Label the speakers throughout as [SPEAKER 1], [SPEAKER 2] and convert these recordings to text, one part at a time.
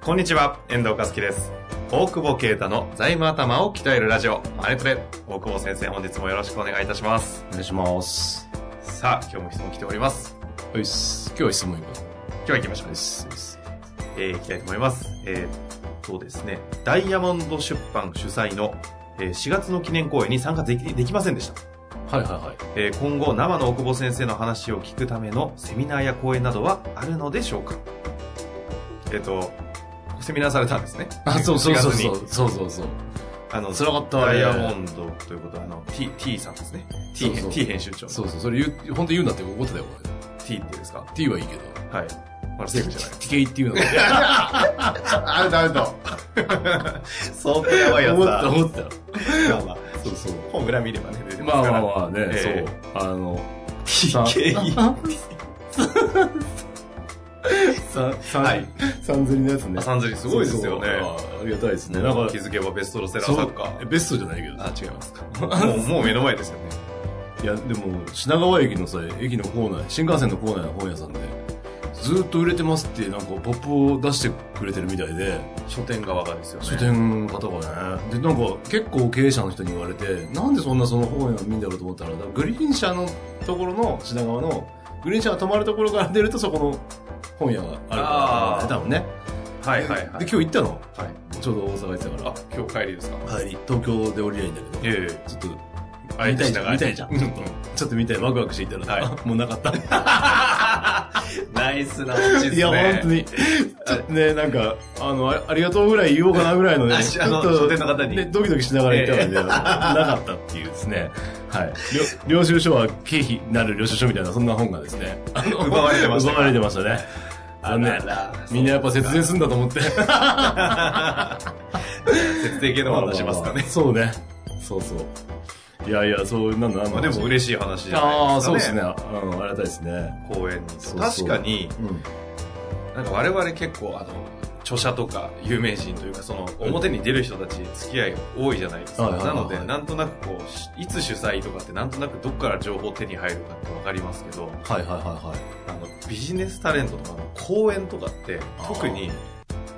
[SPEAKER 1] こんにちは、遠藤和樹です。大久保啓太の財務頭を鍛えるラジオ、マネトレ。大久保先生、本日もよろしくお願いいたします。
[SPEAKER 2] お願いします。
[SPEAKER 1] さあ、今日も質問来ております。
[SPEAKER 2] おいっす。今日は質問いく
[SPEAKER 1] 今日は行きましょう
[SPEAKER 2] おいっ。す。おいっす
[SPEAKER 1] えー、行きたいと思います。えー、そうですね、ダイヤモンド出版主催の、えー4月の記念公演に参加できできませんでした。
[SPEAKER 2] はいはいはい。
[SPEAKER 1] えー今後、生の大久保先生の話を聞くためのセミナーや講演などはあるのでしょうかえっ、と、セミナーされたんですね。
[SPEAKER 2] あ、そうそうそう
[SPEAKER 1] 4
[SPEAKER 2] そ
[SPEAKER 1] 月に。
[SPEAKER 2] う。そうそうそう。
[SPEAKER 1] あの、
[SPEAKER 2] つらかったわ
[SPEAKER 1] ダ
[SPEAKER 2] ね
[SPEAKER 1] イヤモンドということは、あの、T、T さんですね。T
[SPEAKER 2] そうそ
[SPEAKER 1] 編、
[SPEAKER 2] う
[SPEAKER 1] T 編集長。
[SPEAKER 2] そうそう。それ言う、本当言うなって怒ってたよ、俺。
[SPEAKER 1] T ってですか
[SPEAKER 2] T はいいけど。
[SPEAKER 1] はい。まだセーフじゃない。
[SPEAKER 2] TK っていうのが。
[SPEAKER 3] あれだ、あれだ。
[SPEAKER 1] 相当やばいやつ
[SPEAKER 2] 思っ
[SPEAKER 1] だ。
[SPEAKER 2] た、思った。
[SPEAKER 1] まあまあ
[SPEAKER 2] そうそう。
[SPEAKER 1] 本裏見ればね、出てま
[SPEAKER 2] ます
[SPEAKER 1] か
[SPEAKER 2] あ
[SPEAKER 1] ら。
[SPEAKER 2] まあまあね、
[SPEAKER 1] え
[SPEAKER 2] そう。あの、
[SPEAKER 1] TKE。
[SPEAKER 2] 三、三、
[SPEAKER 1] はい
[SPEAKER 2] 三釣りのやつね。
[SPEAKER 1] あ三釣りすごいですよね
[SPEAKER 2] そうそうあありがたいですね。な
[SPEAKER 1] なん
[SPEAKER 2] ん
[SPEAKER 1] か
[SPEAKER 2] か
[SPEAKER 1] 気、づけばベストロセラ
[SPEAKER 2] そ
[SPEAKER 1] ー
[SPEAKER 2] う
[SPEAKER 1] 作家。
[SPEAKER 2] ベストじゃないけど。
[SPEAKER 1] あ、違いますか。もう、もう目の前ですよね。
[SPEAKER 2] いや、でも、品川駅のさ、駅の構内、新幹線の構内の本屋さんで、ずーっと売れてますって、なんか、ポップを出してくれてるみたいで、
[SPEAKER 1] 書店側がですよね。
[SPEAKER 2] 書店の方がね。で、なんか、結構経営者の人に言われて、なんでそんなその本屋見んだろうと思ったら、だからグリーン車のところの、品川の、グリーン車が止まるところから出ると、そこの本屋があるから、ね、多分ね。
[SPEAKER 1] はいはいはい。
[SPEAKER 2] で、今日行ったの
[SPEAKER 1] はい。
[SPEAKER 2] ちょうど大阪行ってたか。
[SPEAKER 1] あ、今日帰りですから
[SPEAKER 2] はい、東京で降りりゃいいんだけど。
[SPEAKER 1] ええ。
[SPEAKER 2] ちょっと、
[SPEAKER 1] あ
[SPEAKER 2] 見たいじゃん、見たいじゃん。ちょっ と、ちょっと見たい、ワクワクしていたら、
[SPEAKER 1] は
[SPEAKER 2] もうなかった。
[SPEAKER 1] ナイスなオチですね。
[SPEAKER 2] いや、本当に。ちょっとね、なんか、あの、あありがとうぐらい言おうかなぐらいのね、
[SPEAKER 1] あ
[SPEAKER 2] ち
[SPEAKER 1] し
[SPEAKER 2] ょ
[SPEAKER 1] あの
[SPEAKER 2] っと
[SPEAKER 1] 書店の方に
[SPEAKER 2] ね、ドキドキしながら言ったので、なかったっていうですね。はい。りょ領収書は経費なる領収書みたいな、そんな本がですね。あの
[SPEAKER 1] 奪われてましたか
[SPEAKER 2] 奪われてましたね。残念。みんなやっぱ節税すんだと思って。
[SPEAKER 1] 設定系の話しますかね。
[SPEAKER 2] そうね。そうそう。いやいや、そうなんだな。
[SPEAKER 1] まあでも嬉しい話じゃ
[SPEAKER 2] あ
[SPEAKER 1] ないで
[SPEAKER 2] あー、
[SPEAKER 1] すかね。
[SPEAKER 2] そうですね。うん、ありがたいですね。
[SPEAKER 1] 公演に。
[SPEAKER 2] そうそ
[SPEAKER 1] 確
[SPEAKER 2] う
[SPEAKER 1] かに、
[SPEAKER 2] うん。
[SPEAKER 1] なんか我々結構あの著者とか有名人というかその表に出る人たち付き合い多いじゃないですか、
[SPEAKER 2] はいはいはい
[SPEAKER 1] な
[SPEAKER 2] はい
[SPEAKER 1] のでなんとなくこうしいつ主催とかってなんとなくどっから情報手に入るかって分かりますけど
[SPEAKER 2] はいはいはいはい。
[SPEAKER 1] あのビジネスタレントとかの講演とかって
[SPEAKER 2] あー
[SPEAKER 1] 特に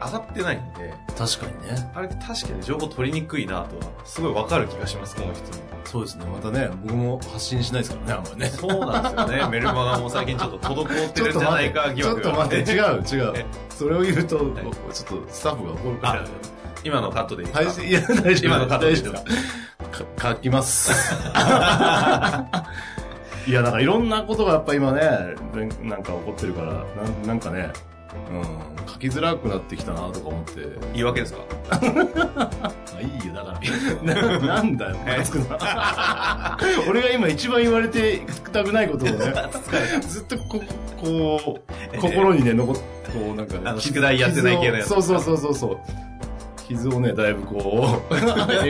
[SPEAKER 1] 上がってないんで
[SPEAKER 2] 確かにね。
[SPEAKER 1] あれって確かに情報取りにくいなとはすごい分かる気がしますこの人に
[SPEAKER 2] そうですね。またね、僕も発信しないですからね、あんまりね。
[SPEAKER 1] そうなんですよねメルマガも最近ちょっと滞ってるんじゃないか疑
[SPEAKER 2] ちょ
[SPEAKER 1] 惑
[SPEAKER 2] っと
[SPEAKER 1] が
[SPEAKER 2] 待って、違う、違う。それを言う
[SPEAKER 1] い
[SPEAKER 2] と、ちょっとスタッフが怒るから。
[SPEAKER 1] 今のカットでいいですか
[SPEAKER 2] 配信、いや、大丈夫。
[SPEAKER 1] 今のカットでいいです
[SPEAKER 2] 大丈
[SPEAKER 1] か
[SPEAKER 2] 夫。か書きます。いや、なんかいろんなことがやっぱ今ね、ななんか起こってるから、なんなんかね、うん、書きづらくなってきたなとか思って。
[SPEAKER 1] 言い訳ですか
[SPEAKER 2] あいいよ、だから。 ななんだよ、ムカつくな。 俺が今一番言われてたくないことをね、ずっとこ、こう、心にね、残って、こう、なんか
[SPEAKER 1] あの
[SPEAKER 2] ね、
[SPEAKER 1] 宿題やってない系のやつ
[SPEAKER 2] 傷をそうそうそうそうそう。傷をね、だいぶこう、え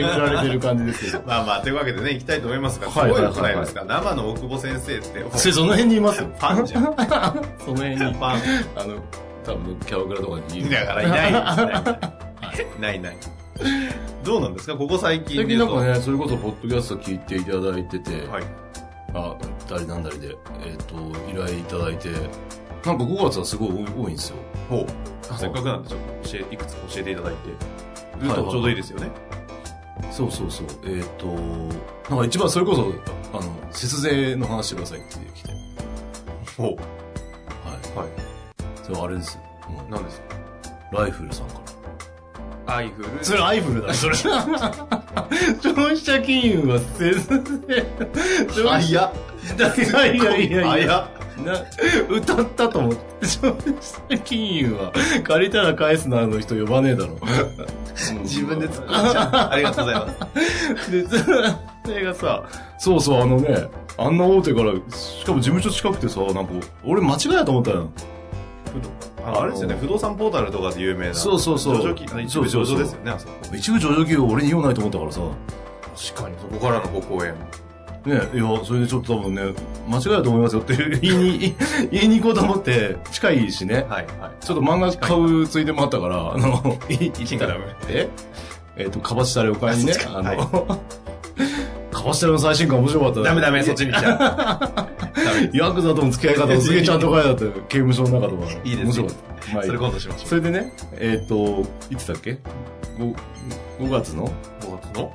[SPEAKER 2] ぐられてる感じですけど。
[SPEAKER 1] まあまあ、というわけでね、行きたいと思いますが、す
[SPEAKER 2] は
[SPEAKER 1] ご
[SPEAKER 2] い
[SPEAKER 1] い
[SPEAKER 2] はいはい
[SPEAKER 1] ことないですか、生の大久保先生って、フ
[SPEAKER 2] それその辺にいますよ。
[SPEAKER 1] ァンじゃん。フ
[SPEAKER 2] その辺に。
[SPEAKER 1] ァン。
[SPEAKER 2] あの、多分キャバクラとかにいる。
[SPEAKER 1] だからいないですね。いないいない。どうなんですかここ最近
[SPEAKER 2] 最
[SPEAKER 1] 見る
[SPEAKER 2] 近なん
[SPEAKER 1] と。
[SPEAKER 2] かね、それこそポッドキャスト聞いていただいてて、
[SPEAKER 1] はい。
[SPEAKER 2] あ、だりなんだりで、えっ、と、依頼いただいて、なんか5月はすごい多い多いんですよ。
[SPEAKER 1] ほう。せっかくなんで、ちょっと教え、いくつか教えていただいて。ルートもちょうどいいですよね。
[SPEAKER 2] そうそうそう。えっ、と、なんか一番それこそ、あの、節税の話してくださいって来て。は
[SPEAKER 1] ほ
[SPEAKER 2] い。
[SPEAKER 1] はい。
[SPEAKER 2] それあれですよ。うん
[SPEAKER 1] なんですか
[SPEAKER 2] ライフルさんから。
[SPEAKER 1] アイフル。
[SPEAKER 2] それライフルだ、 それ。消費者金融は節税。消費者
[SPEAKER 1] や。
[SPEAKER 2] いやいやいやいや。
[SPEAKER 1] や。
[SPEAKER 2] な歌ったと思って。消費者金融は借りたら返すなの人呼ばねえだろ。
[SPEAKER 1] 自分で突っ込んじゃう。ありがとうございます。
[SPEAKER 2] で、それがさ、そうそう、あのね、あんな大手から、しかも事務所近くてさ、なんか、俺間違いだと思ったよ。
[SPEAKER 1] あのあれですよね、不動産ポータルとかで有名な。
[SPEAKER 2] そうそうそう
[SPEAKER 1] 上場企業、一部上場ですよね、あそこ。
[SPEAKER 2] 一部上場企業俺に用ないと思ったからさ。
[SPEAKER 1] 確かに。そこからのご講演。
[SPEAKER 2] ね、いや、それでちょっと多分ね、間違いだと思いますよって 言いに、言いに行こうと思って、近いしね。
[SPEAKER 1] はい、は
[SPEAKER 2] ちょっと漫画買うついでもあったから、あの、
[SPEAKER 1] い。一気にダメ。
[SPEAKER 2] ええっ、と、かばしたれを買いにね
[SPEAKER 1] あそっ、ちか
[SPEAKER 2] あの、 かばしたれの最新刊面白かった ね
[SPEAKER 1] ダメダメ、そっちに来ちゃう。ダメ
[SPEAKER 2] ヤクザとの付き合い方をすげえちゃんと書いてあって、刑務所の中とか。
[SPEAKER 1] いいですね
[SPEAKER 2] 面白かった。まあいい
[SPEAKER 1] それ今度しましょ
[SPEAKER 2] それでね、えっ、と、いつだっけ 5, ?5 月の
[SPEAKER 1] う。5月の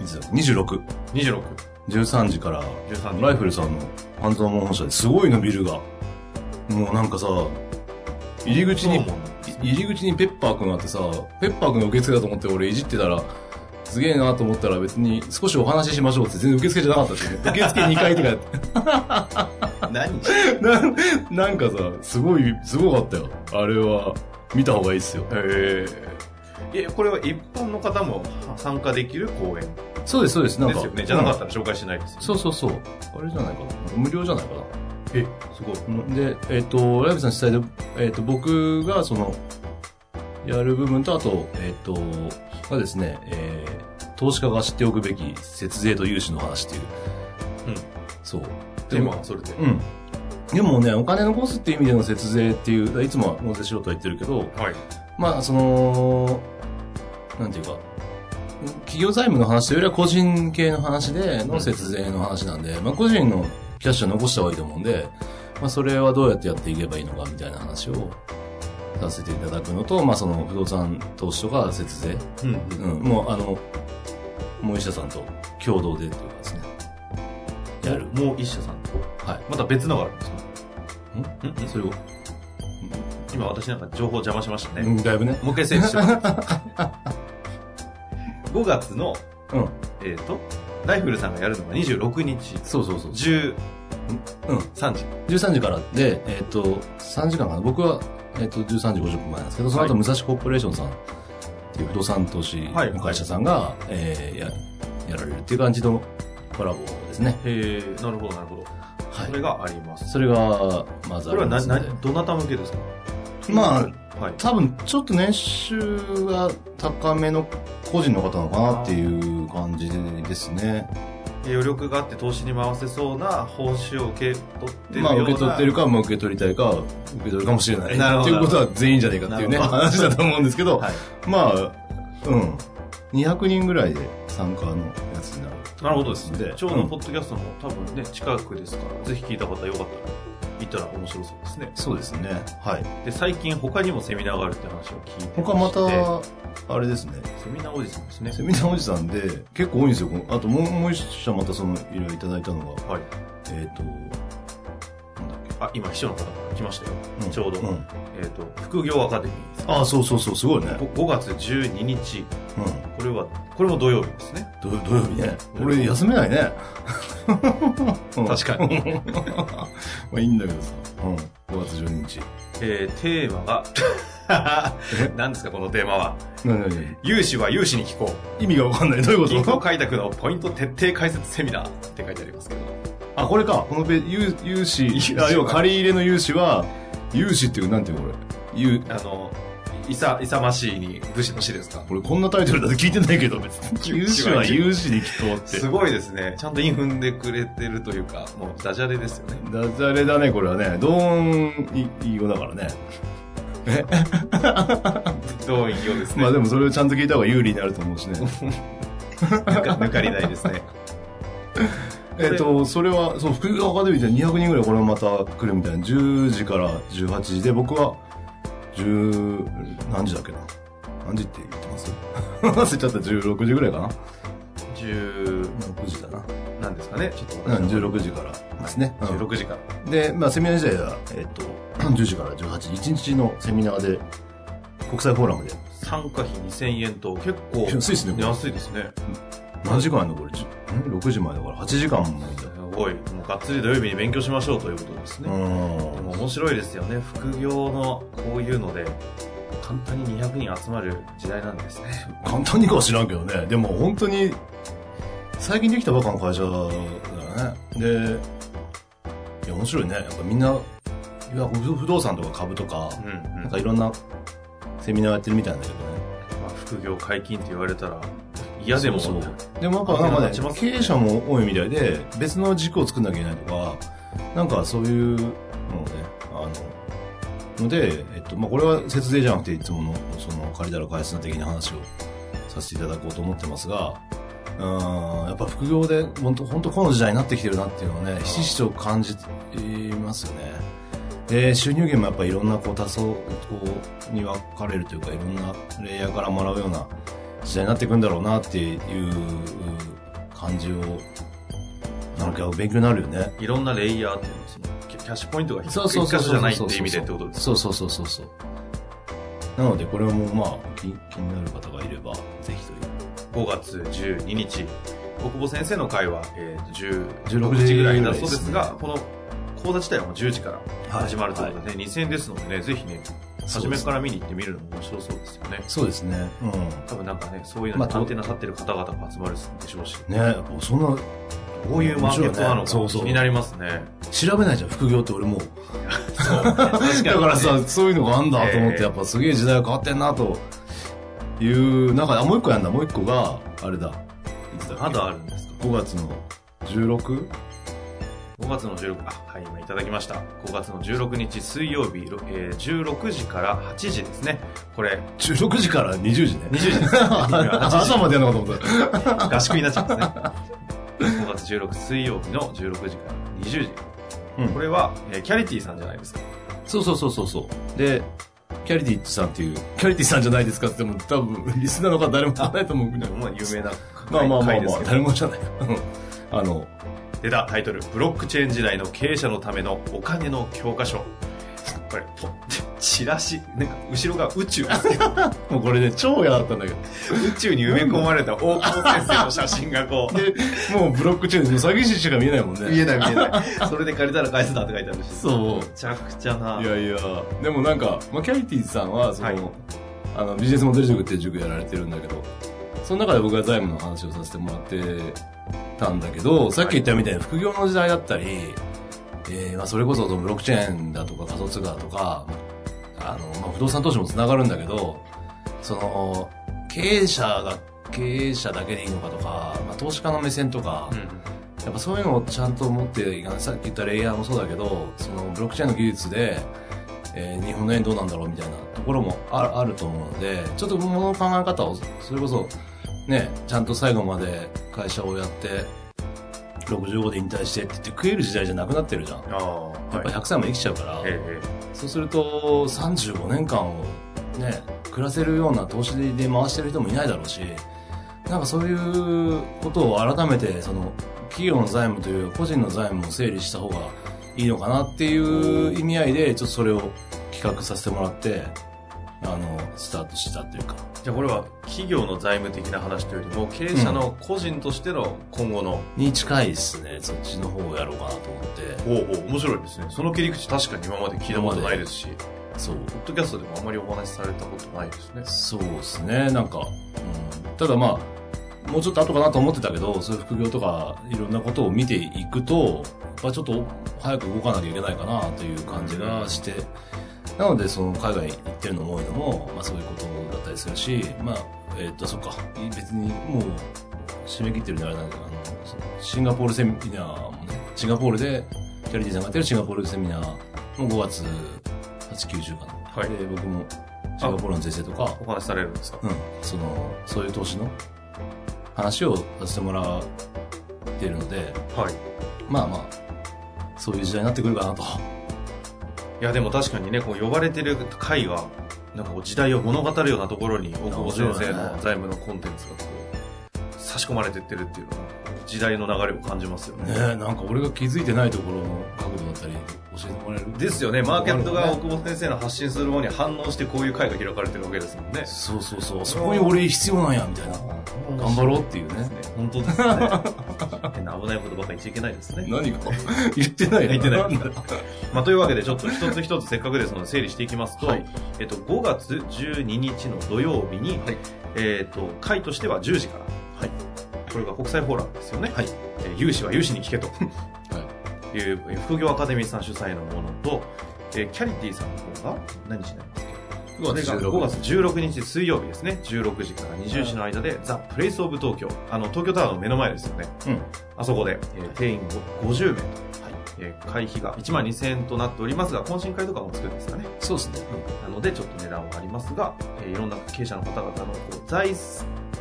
[SPEAKER 2] いつだ ?26。
[SPEAKER 1] 26、
[SPEAKER 2] 13時から、
[SPEAKER 1] 13
[SPEAKER 2] ライフルさんの半蔵門本社ですごいのビルが。もうなんかさ、入り口に、入り口にペッパーくんあってさ、ペッパーくんの受付だと思って俺いじってたら、すげえなと思ったら別に少しお話ししましょうって全然受付じゃなかったって、ね、 受付2回とかやって
[SPEAKER 1] 何
[SPEAKER 2] なんなんかさ、すごい、すごかったよ。あれは、見た方がいいっすよ。
[SPEAKER 1] ええ。え、これは一般の方も参加できる講演
[SPEAKER 2] そうです、そうです。なん
[SPEAKER 1] で
[SPEAKER 2] か。
[SPEAKER 1] すよね。じゃなかったたら紹介しないですよね。
[SPEAKER 2] そうそうそう。あれじゃないかな。無料じゃないかな。
[SPEAKER 1] え、すごい。
[SPEAKER 2] で、えっ、と、ライブさん主催で、えっ、と、僕が、その、やる部分と、あと、えっ、と、がですね、えー投資家が知っておくべき節税と融資の話っていう。
[SPEAKER 1] うん
[SPEAKER 2] そう。
[SPEAKER 1] テーマはそれで。
[SPEAKER 2] うん。でもね、お金のコスっていう意味での節税っていう、いつもは納税しろとは言ってるけど、
[SPEAKER 1] はい。
[SPEAKER 2] まあ、その、なんていうか、企業財務の話というよりは個人系の話での節税の話なんで、まあ、個人のキャッシュは残した方がいいと思うんで、まあ、それはどうやってやっていけばいいのかみたいな話をさせていただくのと、まあ、その不動産投資とか節税、
[SPEAKER 1] うん。
[SPEAKER 2] うん、もう、あの、もう医者さんと共同でというかですね、やる。
[SPEAKER 1] もう一社さんと。
[SPEAKER 2] はい。
[SPEAKER 1] また別のがあるんですかん
[SPEAKER 2] それを、
[SPEAKER 1] 今私なんか情報邪魔しましたね。
[SPEAKER 2] うんだいぶね。
[SPEAKER 1] もう一回整理してもらって いいですか5月の、
[SPEAKER 2] うん。
[SPEAKER 1] えっ、と、ライフルさんがやるのが26日、
[SPEAKER 2] そうそうそう。
[SPEAKER 1] 13
[SPEAKER 2] うん。
[SPEAKER 1] 時。
[SPEAKER 2] 13時からで、えっ、と、3時間かな。僕は、えっ、と、13時50分前なんですけど、その後、
[SPEAKER 1] はい
[SPEAKER 2] 武蔵コーポレーションさんっていう不動産投資
[SPEAKER 1] はい
[SPEAKER 2] の会社さんが、えーや、やられるっていう感じのコラボですね。
[SPEAKER 1] へえ、なるほど、なるほど。
[SPEAKER 2] は
[SPEAKER 1] それ
[SPEAKER 2] い。
[SPEAKER 1] があります。
[SPEAKER 2] それが、まず
[SPEAKER 1] これ
[SPEAKER 2] あり
[SPEAKER 1] は
[SPEAKER 2] ま
[SPEAKER 1] な、
[SPEAKER 2] す
[SPEAKER 1] な
[SPEAKER 2] ので、
[SPEAKER 1] どなた向けですか
[SPEAKER 2] まあ、
[SPEAKER 1] はい。
[SPEAKER 2] 多分、ちょっと年収が高めの個人の方なのかなっていう感じですね。
[SPEAKER 1] 余力があって投資に回せそうな報酬を受け取ってるような。
[SPEAKER 2] まあ、受け取ってるか、まあ、受け取りたいか、受け取るかもしれない。
[SPEAKER 1] なるほど
[SPEAKER 2] っていうことは全員じゃねえかっていうね、
[SPEAKER 1] なるほど
[SPEAKER 2] 話だと思うんですけど、
[SPEAKER 1] はい
[SPEAKER 2] まあ、うん。200人ぐらいで参加のやつになる。
[SPEAKER 1] なるほどですね。
[SPEAKER 2] で
[SPEAKER 1] ちょうどポッドキャストも多分ね、近くですから、ぜひ聞いた方よかったら、行ったら面白そうですね。
[SPEAKER 2] そうですね。はい。
[SPEAKER 1] で、最近他にもセミナーがあるって話を聞いてまして。
[SPEAKER 2] 他また、あれですね。
[SPEAKER 1] セミナーおじさんですね。
[SPEAKER 2] セミナーおじさんで、結構多いんですよ。このあともう、もう一社またその、いろいろいただいたのが、
[SPEAKER 1] はい。
[SPEAKER 2] えっ、と、なんだっ
[SPEAKER 1] あ、今、秘書の方が来ましたよ。
[SPEAKER 2] け、ん
[SPEAKER 1] ちょうど
[SPEAKER 2] ん
[SPEAKER 1] えっ、と、副業アカデミーですね
[SPEAKER 2] ああ、そうそうそう、すごいね。
[SPEAKER 1] ご5月12日、
[SPEAKER 2] うん。
[SPEAKER 1] これは、これも土曜日ですね。
[SPEAKER 2] 土土曜日ね。俺、休めな いね。
[SPEAKER 1] 確かに。
[SPEAKER 2] まあいいんだけどさ。うん。5月12日。
[SPEAKER 1] えー、テーマが
[SPEAKER 2] え、
[SPEAKER 1] 何ですか、このテーマは。
[SPEAKER 2] なになに
[SPEAKER 1] 融資は融資に聞こ
[SPEAKER 2] 意味がわかんない。どういう
[SPEAKER 1] う。
[SPEAKER 2] こ
[SPEAKER 1] 銀行
[SPEAKER 2] と
[SPEAKER 1] 開拓のポイント徹底解説セミナーって書いてありますけど。
[SPEAKER 2] あ、これか。このペ融融資。
[SPEAKER 1] 資
[SPEAKER 2] あ、要は借り入れの融資は、融資っていう、なんていうのこれ。融、
[SPEAKER 1] あの、いさ、いさましいに武士の死ですか。
[SPEAKER 2] これこんなタイトルだと聞いてないけど、別に。融資は融資に聞こう
[SPEAKER 1] す
[SPEAKER 2] っ
[SPEAKER 1] ごいですね。ちゃんとイン踏んでくれてるというか、もうダジャレですよね。
[SPEAKER 2] て。ダジャレだね、これはね。ドーンい、いいよだからね。
[SPEAKER 1] どういいようですね。
[SPEAKER 2] まあでもそれをちゃんと聞いた方が有利になると思うしね。
[SPEAKER 1] 抜か抜かりないです ね。
[SPEAKER 2] えっと、それは、そう、福岡アカデミーで200人ぐらいこれはまた来るみたいな。10時から18時で、僕は、10、何時だっけな。何時って言ってます 忘れちゃった。16時ぐらいかな。
[SPEAKER 1] 10、
[SPEAKER 2] 6時だな。
[SPEAKER 1] なんですかね。ちょっと私
[SPEAKER 2] うん、
[SPEAKER 1] も
[SPEAKER 2] 16時からですね。うん
[SPEAKER 1] 16時から。
[SPEAKER 2] で、まあ、セミナー自体は、えっと、10時 から18時、1日のセミナーで、国際フォーラムで、
[SPEAKER 1] 参加費2000円と結構
[SPEAKER 2] 安いですねこれ
[SPEAKER 1] 安いですね
[SPEAKER 2] 何時間やんのこれ、じん ?6 時前だから8時間もいた
[SPEAKER 1] すごいもうがっつり土曜日に勉強しましょうということですね、でも
[SPEAKER 2] う
[SPEAKER 1] 面白いですよね副業のこういうので簡単に200人集まる時代なんですね
[SPEAKER 2] ん。簡単にかは知らんけどね。でも本当に、最近できたばっかの会社だよだね。で、いや、面白いね。やっぱみんな、いわゆる不動産とか株とか、
[SPEAKER 1] うんうん
[SPEAKER 2] なんかいろんなセミナーやってるみたいなんだけどね。
[SPEAKER 1] まあ、副業解禁って言われたら嫌でも
[SPEAKER 2] そうそうでもなんか
[SPEAKER 1] あ
[SPEAKER 2] なんか
[SPEAKER 1] 立ちま
[SPEAKER 2] ね
[SPEAKER 1] す
[SPEAKER 2] 経営者も多いみたいで別の軸を作んなきゃいけないとかなんかそういうのをねあのので、えっとまあ、これは節税じゃなくていつものその借りたら返すな的な話をさせていただこうと思ってますがうんやっぱ副業で本当本当この時代になってきてるなっていうのはねひしひしと感じますよね。で収入源もやっぱいろんなこう多層こうに分かれるというかいろんなレイヤーからもらうような時代になっていくんだろうなっていう感じをなんか勉強になるよね。
[SPEAKER 1] いろんなレイヤーっていうのはそのキャキャッシュポイントが一
[SPEAKER 2] そうそう
[SPEAKER 1] 一
[SPEAKER 2] そう
[SPEAKER 1] 箇所
[SPEAKER 2] そう
[SPEAKER 1] じゃないっていう意味でってことです
[SPEAKER 2] そうそうそうそうそう。なのでこれもまあ気気になる方がいればぜひという。
[SPEAKER 1] 5月12日大久保先生の会は、えー、と10
[SPEAKER 2] 16
[SPEAKER 1] 16時
[SPEAKER 2] 時
[SPEAKER 1] ぐ
[SPEAKER 2] ぐ
[SPEAKER 1] ら
[SPEAKER 2] ら
[SPEAKER 1] い
[SPEAKER 2] い
[SPEAKER 1] だ
[SPEAKER 2] だ
[SPEAKER 1] そ
[SPEAKER 2] そうう
[SPEAKER 1] で
[SPEAKER 2] ですす
[SPEAKER 1] が
[SPEAKER 2] が
[SPEAKER 1] この講座自体はもう10時から始まるということで、ね2000円ですのでねぜひね初めから見に行ってみるのも面白そうですよね
[SPEAKER 2] そうですね。うん。
[SPEAKER 1] 多分なんかねそういうの
[SPEAKER 2] まあ
[SPEAKER 1] に探偵なさってる方々も集まるでしょうし、
[SPEAKER 2] ねやっぱそんな
[SPEAKER 1] こういうマーケットなの
[SPEAKER 2] 面
[SPEAKER 1] か
[SPEAKER 2] 白いねそうそう
[SPEAKER 1] 気になりますね
[SPEAKER 2] 調べないじゃん副業って俺もう。
[SPEAKER 1] そうね確かに
[SPEAKER 2] だからさ、そういうのがあんだと思っ
[SPEAKER 1] ええ
[SPEAKER 2] て、やっぱすげえ時代が変わってんなという中で、あ、もう一個やんだ、もう一個が、あれだ。いつだっけ
[SPEAKER 1] まだあるんですか
[SPEAKER 2] 5月の 16?
[SPEAKER 1] 5月の16あはい今いただきました5月の16日水曜日、えー16時から8時ですねこれ
[SPEAKER 2] 16時から20時ね。
[SPEAKER 1] 20時です
[SPEAKER 2] 朝までやんのかと思った。
[SPEAKER 1] 合宿になっちゃうんですね5月16水曜日の16時から20時、
[SPEAKER 2] うん
[SPEAKER 1] これは、えーキャリティさんじゃないですか
[SPEAKER 2] そうそうそうそうそう。で、キャリティさんっていう、キャリティさんじゃないですかって言っても、多分、リスナーの方誰も知らないと思うけど。
[SPEAKER 1] まあ有名な
[SPEAKER 2] まあまあまあ
[SPEAKER 1] 回で
[SPEAKER 2] ますあ、
[SPEAKER 1] けど
[SPEAKER 2] 誰も知らない。 うんあの、
[SPEAKER 1] 出たタイトル「ブロックチェーン時代の経営者のためのお金の教科書」これポッてチラシなんか後ろが宇 宙宇
[SPEAKER 2] もうこれね、超嫌だったんだけど。
[SPEAKER 1] 宙に埋め込まれた大久保先生の写真がこう
[SPEAKER 2] で、もうブロックチェーンで、もう詐欺師しか見えないもんね。
[SPEAKER 1] 見えない見えない。それで借りたら返すなって書いてあるし。
[SPEAKER 2] そう。
[SPEAKER 1] めちゃくちゃない
[SPEAKER 2] やいや、でもなんか、まあ、キャリティさんは、その、
[SPEAKER 1] はい
[SPEAKER 2] あの、ビジネスモデル塾っていう塾やられてるんだけど、その中で僕が財務の話をさせてもらってたんだけど、さっき言ったみたいに副業の時代だったり、えーまあ、それこそそのブロックチェーンだとか仮想通貨だとか、あの、まあ、不動産投資もつながるんだけど、その、経営者が経営者だけでいいのかとか、まあ、投資家の目線とか、
[SPEAKER 1] うん。
[SPEAKER 2] やっぱそういうのをちゃんと持っていかない。さっき言ったレイヤーもそうだけど、そのブロックチェーンの技術で、えー日本の円どうなんだろうみたいなところもああると思うので、ちょっと物の考え方を、それこそ、ね、ちゃんと最後まで会社をやって、65で引退してって言って食える時代じゃなくなってるじゃん。
[SPEAKER 1] ああ、はい。
[SPEAKER 2] やっぱ100歳も生きちゃうから、
[SPEAKER 1] ええ
[SPEAKER 2] そうすると35年間をね、暮らせるような投資で回してる人もいないだろうし、なんかそういうことを改めて、その、企業の財務というより個人の財務を整理した方がいいのかなっていう意味合いで、ちょっとそれを企画させてもらって、あの、スタートしたというか。
[SPEAKER 1] じゃあこれは企業の財務的な話というよりも、経営者の個人としての今後の、
[SPEAKER 2] に近いですね。そっちの方をやろうかなと思って。
[SPEAKER 1] おうおう面白いですね。その切り口確かに今まで聞いたことないですし、ポ
[SPEAKER 2] そう。
[SPEAKER 1] ッドキャストでもあんまりお話しされたことないですね。
[SPEAKER 2] そうですね、なんか、うん、ただまあ、もうちょっと後かなと思ってたけど、そういう副業とかいろんなことを見ていくと、やっぱちょっと早く動かなきゃいけないかなという感じがして、なのでその海外行ってるのも多いのも、まあそういうことだったりするし、まあ、えっと、そっか、別にもう締め切ってるんであれなんだけど、あの、シンガポールセミナーもね、シンガポールで、キャリティさんがやってるシンガポールセミナーも5月8、9、10かな。
[SPEAKER 1] はい
[SPEAKER 2] で、僕もシンガポールの先生とか、
[SPEAKER 1] お話しされるんですか
[SPEAKER 2] うん、そのそういう投資の話をさせてもらっているので
[SPEAKER 1] はい。
[SPEAKER 2] まあまあそういう時代になってくるかなと
[SPEAKER 1] いやでも確かにね、こう呼ばれてる回が、なんかこう時代を物語るようなところに、大久保先生の財務のコンテンツがこう、差し込まれてってるっていうのは、時代の流れを感じますよね。
[SPEAKER 2] ねえなんか俺が気づいてないところの角度だったり教えてもらえる
[SPEAKER 1] ですよね、マーケットが大久保先生の発信するものに反応してこういう会が開かれてるわけですもんね。
[SPEAKER 2] そうそうそうそこに俺必要なんやみたいな頑張ろうっていうね
[SPEAKER 1] 本当ですね。変な危ないことばかり言っちゃいけないですね。
[SPEAKER 2] 何か言ってない
[SPEAKER 1] 言ってない
[SPEAKER 2] んだ
[SPEAKER 1] まあ、というわけで、ちょっと一つ一つせっかくですので整理していきますと、
[SPEAKER 2] はい
[SPEAKER 1] えっと、5月12日の土曜日に、
[SPEAKER 2] はい
[SPEAKER 1] えっと、会としては10時から、
[SPEAKER 2] はい
[SPEAKER 1] これが国際フォーラムですよね。
[SPEAKER 2] はい
[SPEAKER 1] えー融資は融資に聞けと、、
[SPEAKER 2] はい
[SPEAKER 1] うえー副業アカデミーさん主催のものと、えーキャリティさんの方が何時になりますかこれが5月16日水曜日ですね16時から20時の間で「ザ・プレイス・オブ・東京」あの東京タワーの目の前ですよね、
[SPEAKER 2] うん
[SPEAKER 1] あそこで、えー定員50名と、えー会費が1万2000円となっておりますが懇親会とかもつくんですかね
[SPEAKER 2] そうですね。
[SPEAKER 1] なのでちょっと値段はありますが、えーいろんな経営者の方々のこう財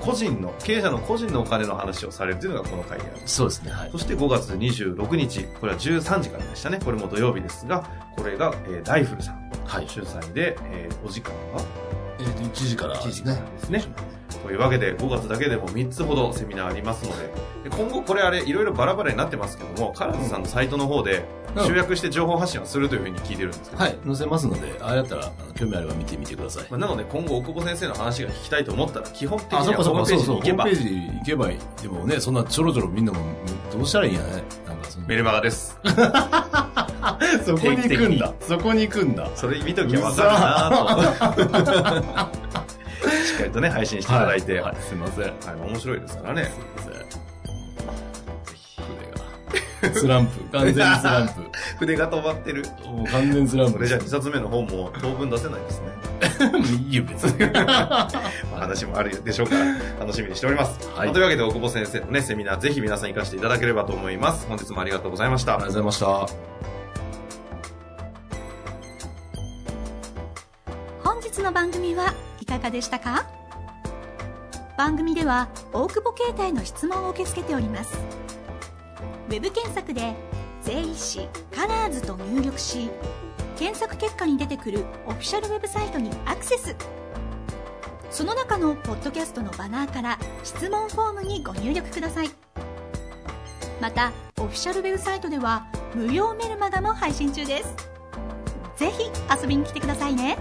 [SPEAKER 1] 個人の経営者の個人のお金の話をされるというのがこの会である
[SPEAKER 2] そうですね。はい
[SPEAKER 1] そ。して5月26日これは13時からでしたねこれも土曜日ですがこれが、えーダイフルさん
[SPEAKER 2] はい。
[SPEAKER 1] 主催で、えーお時間が
[SPEAKER 2] えっ、と、1時から
[SPEAKER 1] 1
[SPEAKER 2] で
[SPEAKER 1] 時
[SPEAKER 2] す
[SPEAKER 1] か
[SPEAKER 2] ね
[SPEAKER 1] ら。ですねというわけで5月だけでも3つほどセミナーありますのでで今後これあれいろいろバラバラになってますけども唐津さんのサイトの方で
[SPEAKER 2] うん
[SPEAKER 1] 集約して情報発信をするというふうに聞いてるんですけど、
[SPEAKER 2] はい。載せますので、あれだったら、あの興味あれば見てみてください。
[SPEAKER 1] まあ、なので今後大久保先生の話が聞きたいと思ったら基本的に
[SPEAKER 2] あ、
[SPEAKER 1] は
[SPEAKER 2] そっかそ
[SPEAKER 1] ホー
[SPEAKER 2] っ
[SPEAKER 1] ム
[SPEAKER 2] か、
[SPEAKER 1] ペー
[SPEAKER 2] そう
[SPEAKER 1] ジ
[SPEAKER 2] そう。
[SPEAKER 1] に行
[SPEAKER 2] ホ
[SPEAKER 1] け
[SPEAKER 2] ーム
[SPEAKER 1] ば
[SPEAKER 2] ページ行けばいい。でもね、そんなちょろちょろみんなも、どうしたらいいんやね。なん かその
[SPEAKER 1] メルマガです
[SPEAKER 2] そ
[SPEAKER 1] こに行くんだ。
[SPEAKER 2] そこに行くんだ。
[SPEAKER 1] それ見ときゃわかるなと しっかりとね配信していただいて、
[SPEAKER 2] は
[SPEAKER 1] はい
[SPEAKER 2] い、すいません。
[SPEAKER 1] 面白いですからね
[SPEAKER 2] 筆が。スランプ。完全にスラ ン
[SPEAKER 1] 筆が止まってる
[SPEAKER 2] プ。もう完全にスランプ。
[SPEAKER 1] それじゃ2冊目の本も当分出せないですね
[SPEAKER 2] いいよ、別に。
[SPEAKER 1] まあ話もあるでしょうから楽しみにしております、
[SPEAKER 2] はい
[SPEAKER 1] まあというわけで大久保先生のねセミナーぜひ皆さん行かせていただければと思います本日もありがとうございました
[SPEAKER 2] ありがとうございました。
[SPEAKER 4] 本日の番組はいかがでしたか番組では大久保携帯の質問を受け付けておりますウェブ検索で「税理士カラーズと入力し検索結果に出てくるオフィシャルウェブサイトにアクセスその中のポッドキャストのバナーから質問フォームにご入力くださいまたオフィシャルウェブサイトでは無料メルマガも配信中ですぜひ遊びに来てくださいね